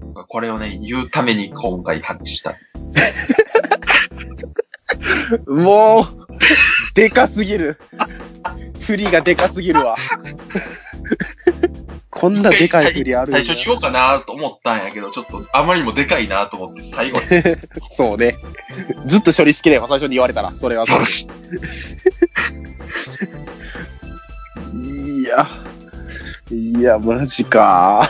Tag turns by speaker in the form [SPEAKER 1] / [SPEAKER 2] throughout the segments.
[SPEAKER 1] 僕がこれをね、言うために今回発揮した。
[SPEAKER 2] もう、でかすぎる。振りがでかすぎ るわ。こんなでかい振りあるんや
[SPEAKER 1] 最初に言おうかなと思ったんやけど、ちょっとあまりにもでかいなと思って、 最後に
[SPEAKER 2] そうね。ずっと処理しきれば最初に言われたら、それはそ
[SPEAKER 1] 倒
[SPEAKER 2] れ
[SPEAKER 1] し
[SPEAKER 2] いや。いや、マジか。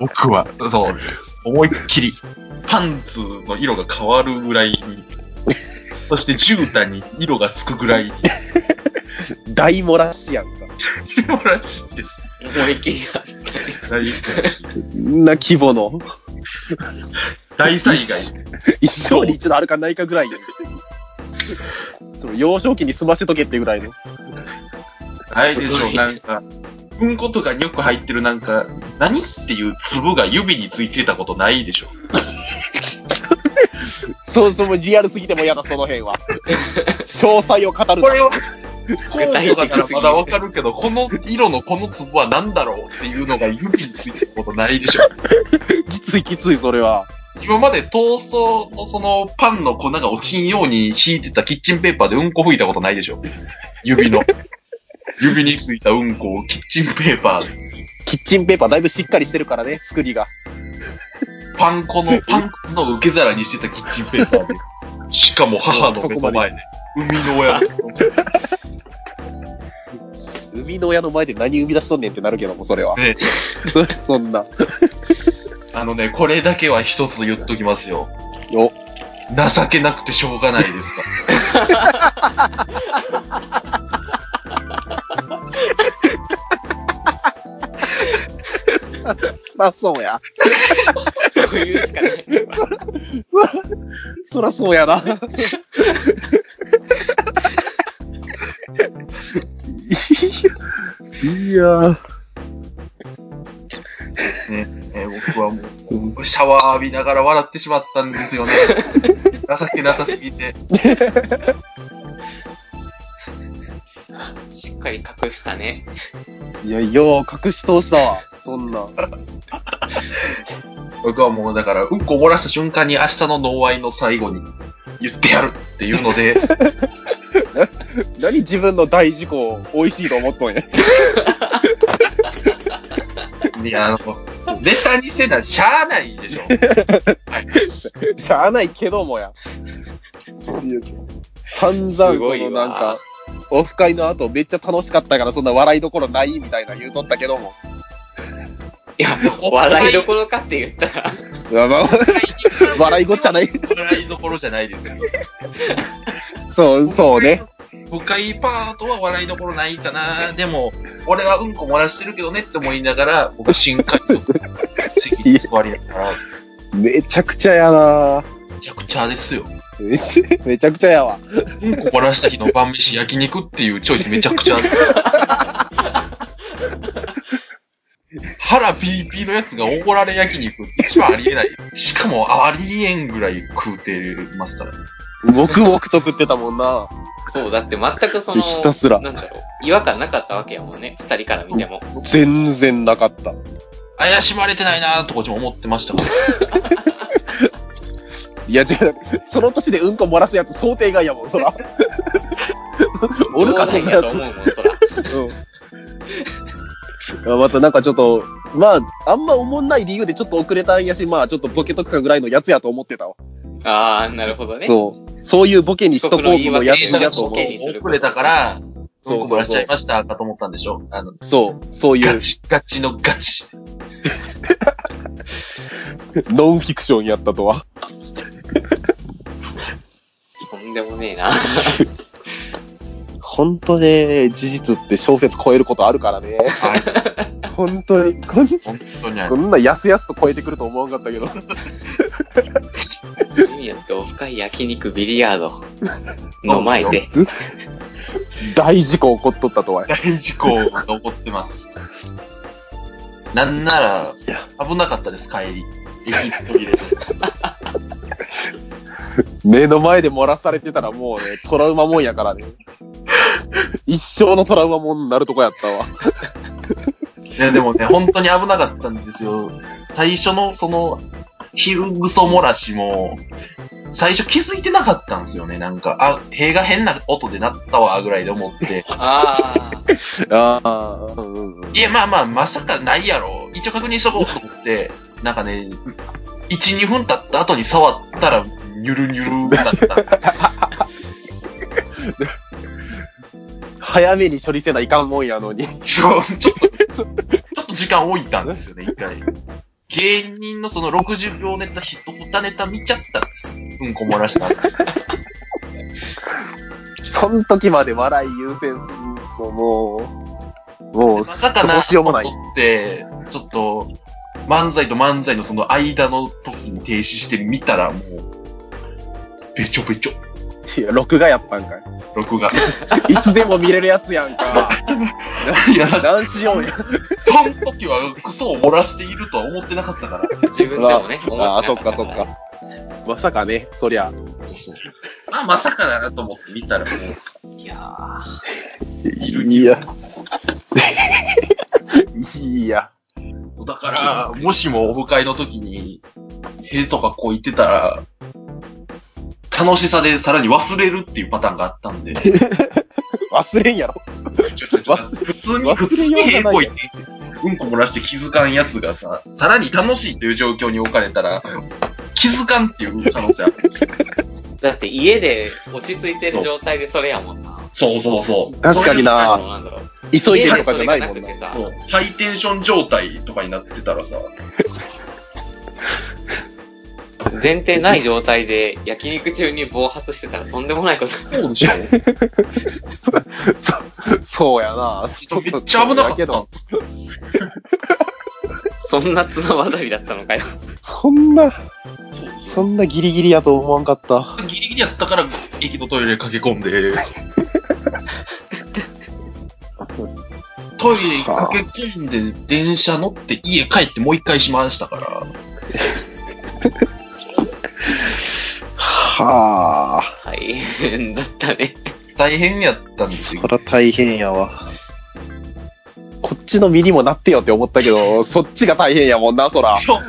[SPEAKER 1] 僕は、そうです。思いっきり、パンツの色が変わるぐらい に、そして絨毯に色がつくぐらいに、
[SPEAKER 2] 大漏らしやんか。
[SPEAKER 1] 色らしいです。
[SPEAKER 3] 思いっきりや
[SPEAKER 1] 大
[SPEAKER 2] な規模の。
[SPEAKER 1] 大災害。
[SPEAKER 2] 一生に一度あるかないかぐらいやんその幼少期に済ませとけってぐらいの。
[SPEAKER 1] あれでしょう、なんか、うんことかによく入ってるなんか、何っていう粒が指についてたことないでしょ。
[SPEAKER 2] そうそう、リアルすぎても嫌だ、その 辺は。詳細を語る
[SPEAKER 1] こ
[SPEAKER 2] な。
[SPEAKER 1] れは、こうとかならまだわかるけど、この色のこの粒は何だろうっていうのが指についてたことないでしょ。
[SPEAKER 2] きついきつい、それは。
[SPEAKER 1] 今までトーストのそのパンの粉が落ちんように引いてたキッチンペーパーでうんこ吹いたことないでしょ指の。指についたうんこをキッチンペーパーで。
[SPEAKER 2] キッチンペーパーだいぶしっかりしてるからね、作りが。
[SPEAKER 1] パン粉の、パン粉の受け皿にしてたキッチンペーパーで。しかも母の目の前で。海の親の
[SPEAKER 2] 生みの親の前で何生み出しとんねんってなるけども、それは。
[SPEAKER 1] ね
[SPEAKER 2] そ そんな。
[SPEAKER 1] あのね、これだけは一つ言っときますよ。
[SPEAKER 2] お
[SPEAKER 1] 情けなくてしょうがないですか
[SPEAKER 2] そらそうや。
[SPEAKER 3] そういうしかない。
[SPEAKER 2] そらそうやな。いや、いや、
[SPEAKER 1] ら。ね、僕はもう、シャワー浴びながら笑ってしまったんですよ ね。情けなさすぎて。
[SPEAKER 3] しっかり隠したね。
[SPEAKER 2] いや、よう隠し通したわ。そんな。
[SPEAKER 1] 僕はもうだから、うんこ漏らした瞬間に明日の脳愛の最後に言ってやるっていうの で、
[SPEAKER 2] 何自分の大事故を美味しいと思っとんや。
[SPEAKER 1] いや、あの、ネタにせなしゃあない でしょ。。
[SPEAKER 2] しゃあないけどもや。散々そ
[SPEAKER 3] すごい
[SPEAKER 2] の
[SPEAKER 3] わ
[SPEAKER 2] なんか、オフ会の後めっちゃ楽しかったからそんな笑いどころないみたいな言うとったけども。
[SPEAKER 3] いや、笑いどころかって言ったら、
[SPEAKER 2] まあまあ笑いごっちゃない い。
[SPEAKER 1] 笑いどころじゃないですよ。
[SPEAKER 2] そう、そうね。
[SPEAKER 1] 深いパートは笑いどころないかな。でも、俺はうんこ漏らしてるけどねって思いながら、僕は深海の席に座りながら、
[SPEAKER 2] めちゃくちゃやな
[SPEAKER 1] めちゃくちゃですよ。
[SPEAKER 2] めちめちゃくちゃやわ。
[SPEAKER 1] うんこ漏らした日の晩飯焼肉っていうチョイスめちゃくちゃですよ。腹ピーピーのやつがおごられ焼肉って一番ありえない。しかもありえんぐらい食うてますから。
[SPEAKER 2] 黙々と食ってたもんな
[SPEAKER 3] そう、だって全くその、
[SPEAKER 2] ひたすら
[SPEAKER 3] なんだろう、違和感なかったわけやもんね、二人から見ても。
[SPEAKER 2] 全然なかった。
[SPEAKER 1] 怪しまれてないなーとこっちも思ってましたから。
[SPEAKER 2] いや違う、その年でうんこ漏らすやつ想定外やもん、そら。 おるか、そんな
[SPEAKER 3] や
[SPEAKER 2] や
[SPEAKER 3] と
[SPEAKER 2] つ
[SPEAKER 3] 思。うもん、そら。
[SPEAKER 2] うん。またなんかちょっと、まあ、あんま思んない理由でちょっと遅れたんやし、まあちょっとボケとくかぐらいのやつやと思ってたわ。
[SPEAKER 3] あー、なるほどね。
[SPEAKER 2] そう。そういうボケにしとこうのや
[SPEAKER 3] え
[SPEAKER 2] つ
[SPEAKER 3] それ
[SPEAKER 2] や
[SPEAKER 3] が
[SPEAKER 2] と思う。
[SPEAKER 3] OK にする
[SPEAKER 1] 遅れたから、うん
[SPEAKER 2] そうそう
[SPEAKER 1] こ
[SPEAKER 2] そう
[SPEAKER 1] 漏らしちゃいましたかと思ったんでしょあの、
[SPEAKER 2] そう、そう い
[SPEAKER 1] ガ
[SPEAKER 2] う
[SPEAKER 1] チガチのガチ。
[SPEAKER 2] ノンフィクションやったとは。
[SPEAKER 3] とんでもねえな。
[SPEAKER 2] 本当ね、事実って小説超えることあるからね。
[SPEAKER 1] はい。
[SPEAKER 2] 本当に、こん
[SPEAKER 1] 本当にあ
[SPEAKER 2] こ
[SPEAKER 1] る。
[SPEAKER 2] んなやすやすと超えてくると思わんかったけど。
[SPEAKER 3] 海やってオフ会焼肉ビリヤ ードの前で。
[SPEAKER 2] 大事故起こっとったとは。
[SPEAKER 1] 大事故が起こって ます。なんなら、危なかったです、帰り。駅途切れて。
[SPEAKER 2] 目の前で漏らされてたらもうね、トラウマもんや からね。一生のトラウマもんになるとこやったわ。
[SPEAKER 1] いや、でもね、本当に危なかったんですよ。最初の、その、昼ぐそ漏らしも、最初気づいてなかったんですよね。なんか、あ、塀が変な音で鳴ったわ、ぐらいで思って。
[SPEAKER 3] あ
[SPEAKER 2] あ
[SPEAKER 3] あ。
[SPEAKER 2] あ、うんうんうん。
[SPEAKER 1] いや、まあまあ、まさかないやろ。一応確認しとこうと思って、なんかね、1、2分経った後に触ったら、ニュルニュルだった。
[SPEAKER 2] 早めに処理せないかんもんやのに。
[SPEAKER 1] ちょちょっと、ちょっと時間置いたんですよね、一回。芸人のその60秒ネタ、一歌ネタ見ちゃったんですよ。うんこ漏らした。
[SPEAKER 2] そん時まで笑い優先するのもう、もう、
[SPEAKER 1] まさかな、
[SPEAKER 2] どうしようもない。
[SPEAKER 1] って、ちょっと、漫才と漫才のその間の時に停止してみたら、もう、べちょべちょ、
[SPEAKER 2] いや、録画やったんか
[SPEAKER 1] 録 画。
[SPEAKER 2] い。 いつでも見れるやつやん か。
[SPEAKER 1] いや、
[SPEAKER 2] 何しようや。
[SPEAKER 1] その時はクソを漏らしているとは思ってなかったから。
[SPEAKER 3] 自分でもね、思
[SPEAKER 2] ああ、
[SPEAKER 3] て
[SPEAKER 2] そ
[SPEAKER 3] な
[SPEAKER 2] っか
[SPEAKER 3] た
[SPEAKER 2] そっか。まさかね、そりゃ。
[SPEAKER 1] まあ、まさかだなと思って見たら、もう、
[SPEAKER 3] いやー
[SPEAKER 2] いや。 いや。
[SPEAKER 1] だから、もしもオフ会の時に、塀とかこう言ってたら、楽しさでさらに忘れるっていうパターンがあったんで。
[SPEAKER 2] 忘れんやろ。
[SPEAKER 1] ちょちょちょ
[SPEAKER 2] 忘
[SPEAKER 1] 普通
[SPEAKER 2] 忘れよ
[SPEAKER 1] に、
[SPEAKER 2] うがない
[SPEAKER 1] 普通に平行いて、うんこ漏らして気づかんやつがさ、さらに楽しいという状況に置かれたら、気づかんっていう可能性ある。
[SPEAKER 3] だって家で落ち着いてる状態でそれやもんな。
[SPEAKER 1] そうそうそう。
[SPEAKER 2] 確かにな
[SPEAKER 3] あのなんだろう
[SPEAKER 2] 急いでるとかじゃないもん
[SPEAKER 3] 家で
[SPEAKER 2] な。
[SPEAKER 3] それ
[SPEAKER 1] そ
[SPEAKER 3] がなくてさ
[SPEAKER 1] うハイテンション状態とかになってたらさ、
[SPEAKER 3] 前提ない状態で焼肉中に暴発してたらとんでもないこと。
[SPEAKER 1] そうでしょ
[SPEAKER 2] そ、そ、 そうやな。
[SPEAKER 1] めっちゃ危なかった
[SPEAKER 2] けど
[SPEAKER 1] んです
[SPEAKER 3] そんな綱渡りだったのかよ。
[SPEAKER 2] そんな、
[SPEAKER 1] そうです
[SPEAKER 2] そんなギリギリやと思わんかった。
[SPEAKER 1] ギリギリやったから、駅のトイレ駆け込ん で、トイレ駆け込んで、電車乗って家帰ってもう一回しましたから。
[SPEAKER 2] はあ、
[SPEAKER 3] 大変だったね。
[SPEAKER 1] 大変やったんですよ
[SPEAKER 2] そ。ら大変やわ。こっちの身にもなってよって思ったけど、そっちが大変やもんな、そら。
[SPEAKER 1] そう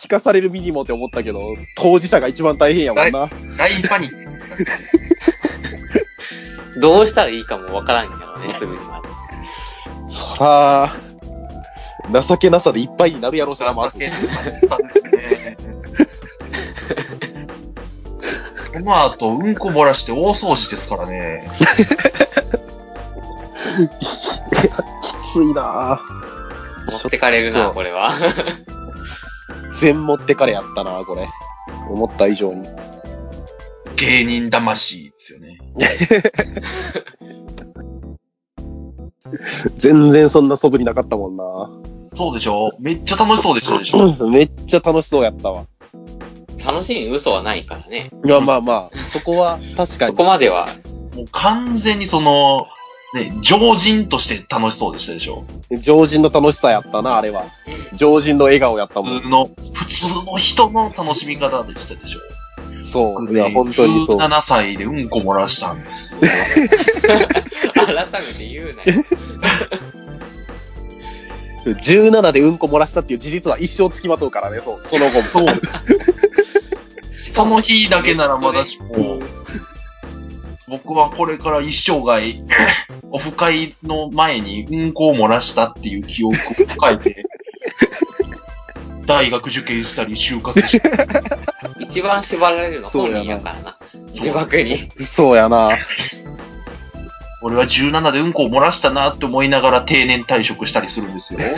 [SPEAKER 2] 聞かされる身にもって思ったけど、当事者が一番大変やもんな。
[SPEAKER 1] 大パニック。
[SPEAKER 3] どうしたらいいかもわからんけどね、すぐには。
[SPEAKER 2] そら、情けなさでいっぱいになるやろうしな、まず。
[SPEAKER 1] その後、うんこ漏らして大掃除ですからね。
[SPEAKER 2] きついな
[SPEAKER 3] 持ってかれる
[SPEAKER 2] ちょっ
[SPEAKER 3] な、
[SPEAKER 2] と
[SPEAKER 3] これは。
[SPEAKER 2] 全持ってからやったなこれ。思った以上に。
[SPEAKER 1] 芸人魂ですよね。
[SPEAKER 2] 全然そんな素振りなかったもん な
[SPEAKER 1] そうでしょめっちゃ楽しそうでしたでしょ
[SPEAKER 2] めっちゃ楽しそうやったわ。
[SPEAKER 3] 楽しいに嘘はないからね。
[SPEAKER 2] いや、まあまあ、そこは確か
[SPEAKER 3] そ
[SPEAKER 2] に。
[SPEAKER 3] こまでは。
[SPEAKER 1] もう完全にその、ね、常人として楽しそうでしたでしょ
[SPEAKER 2] 常人の楽しさやったな、あれは。常人の笑顔やったも
[SPEAKER 1] 普
[SPEAKER 2] ん。
[SPEAKER 1] 通の、普通の人の楽しみ方でしたでしょ
[SPEAKER 2] そう。
[SPEAKER 1] 僕
[SPEAKER 2] いや、
[SPEAKER 1] ね、
[SPEAKER 2] 本当にそう。
[SPEAKER 1] 17歳でうんこ漏らしたんですよ。
[SPEAKER 3] 改めて言うなよ。
[SPEAKER 2] 17でうんこ漏らしたっていう事実は一生つきまとうからね、そうその後も。
[SPEAKER 1] その日だけならまだしも、僕はこれから一生涯、オフ会の前にうんこを漏らしたっていう記憶を書いて、大学受験したり、就活したり、
[SPEAKER 3] 一番縛られるの
[SPEAKER 2] そう
[SPEAKER 3] 本
[SPEAKER 2] やな
[SPEAKER 3] 人やからな。自爆に。
[SPEAKER 2] そうやな。
[SPEAKER 1] 俺は17でうんこを漏らしたなって思いながら定年退職したりするんですよ。
[SPEAKER 3] さ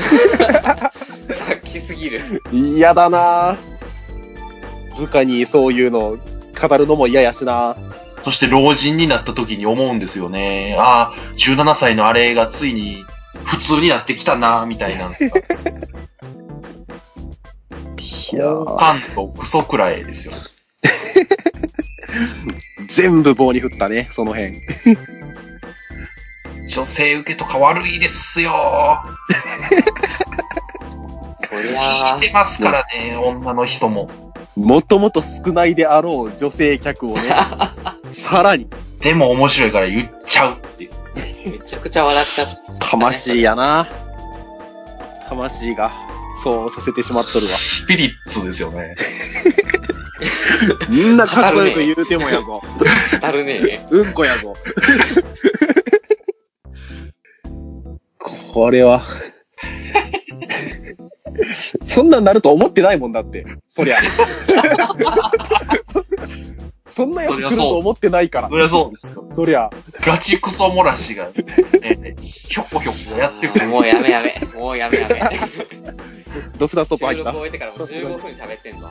[SPEAKER 3] っきすぎる。
[SPEAKER 2] 嫌だな部下にそういうの語るのも嫌やしな
[SPEAKER 1] そして老人になった時に思うんですよね。ああ、17歳のあれがついに普通になってきたな、みたいな。
[SPEAKER 2] いやー
[SPEAKER 1] パンとクソくらいですよ。
[SPEAKER 2] 全部棒に振ったね、その辺。
[SPEAKER 1] 女性受けとか悪いですよ。
[SPEAKER 3] そりゃあ
[SPEAKER 1] 聞いてますからね、女の人も。
[SPEAKER 2] もともと少ないであ ろう女性客をね、さらに。
[SPEAKER 1] でも面白いから言っちゃうっていう。
[SPEAKER 3] めちゃくちゃ笑っちゃった。
[SPEAKER 2] 魂やな。 魂が、そうさせてしまっとるわ。
[SPEAKER 1] スピリッツですよね。
[SPEAKER 2] みんなかっこよく言うてもやぞ。
[SPEAKER 3] 語るね。
[SPEAKER 2] うんこやぞ。 これは。そんなんなると思ってないもんだって、そ りゃ。そんなやつ来ると思ってないか ら
[SPEAKER 1] そ、りゃそうですよ。
[SPEAKER 2] そりゃ。
[SPEAKER 1] ガチクソ漏らしが、ね、ひょこひょこやってくる。
[SPEAKER 3] もうやめやめ。もうやめやめ。
[SPEAKER 2] ドフダストップ入
[SPEAKER 3] 収
[SPEAKER 2] っ
[SPEAKER 3] 録
[SPEAKER 2] た。
[SPEAKER 3] 終えてからもう15分喋ってんの。